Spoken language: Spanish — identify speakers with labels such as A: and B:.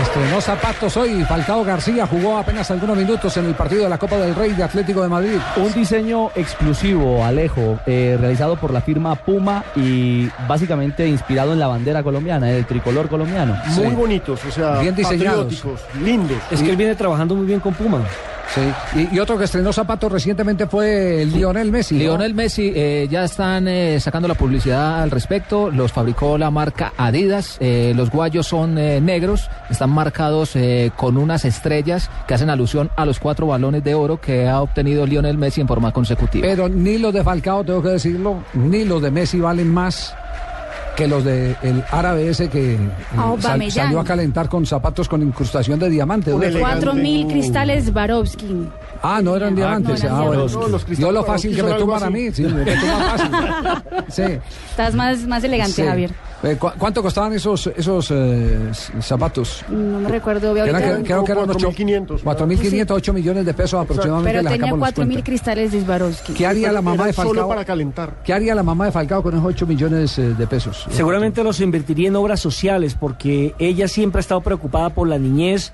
A: Estrenó zapatos hoy. Falcao García jugó apenas algunos minutos en el partido de la Copa del Rey de Atlético de Madrid.
B: Un diseño exclusivo, Alejo, eh, realizado por la firma Puma y básicamente inspirado en la bandera colombiana, en el tricolor colombiano.
C: Muy bonitos, o sea,
A: Bien diseñados.
C: patrióticos, lindos.
D: Es que él viene trabajando muy bien con Puma.
A: Sí. Y, y otro que estrenó zapatos recientemente fue Lionel Messi. ¿no?
E: Lionel Messi, eh, ya están eh, sacando la publicidad al respecto, los fabricó la marca Adidas, eh, los guayos son eh, negros, están marcados eh, con unas estrellas que hacen alusión a los cuatro balones de oro que ha obtenido Lionel Messi en forma consecutiva.
A: Pero ni los de Falcao, tengo que decirlo, ni los de Messi valen más que los del el árabe ese que eh, sal-
F: Aubameyang.
A: salió a calentar con zapatos con incrustación de diamante.
C: Un
A: Uy,
C: elegante.
F: Cuatro mil cristales Varovsky.
A: Ah, no eran diamantes.
F: no eran
A: ah, bueno.
F: diamantes.
C: No, los cristales
A: Yo lo fácil
C: Swarovski
A: que me
C: son algo
A: tumban a
C: así.
A: mí. Sí, me tumban fácil. Sí.
F: Estás más, más elegante,
A: sí.
F: Javier.
A: Eh, ¿cu- ¿Cuánto costaban esos, esos eh, s- zapatos?
F: No me recuerdo. voy
A: Creo
F: ahorita.
A: que, creo que eran
C: 4.500,
A: 8.500, 4.500, 8 millones de pesos aproximadamente.
F: Pero
A: le
F: tenía
A: sacamos las
F: cuatro mil
A: cuentas.
F: cristales de Swarovski.
A: ¿Qué haría la mamá de
C: Era Solo
A: Falcao?
C: para calentar.
A: ¿Qué haría la mamá de Falcao con esos 8 millones eh, de pesos?
D: Seguramente los invertiría en obras sociales porque ella siempre ha estado preocupada por la niñez,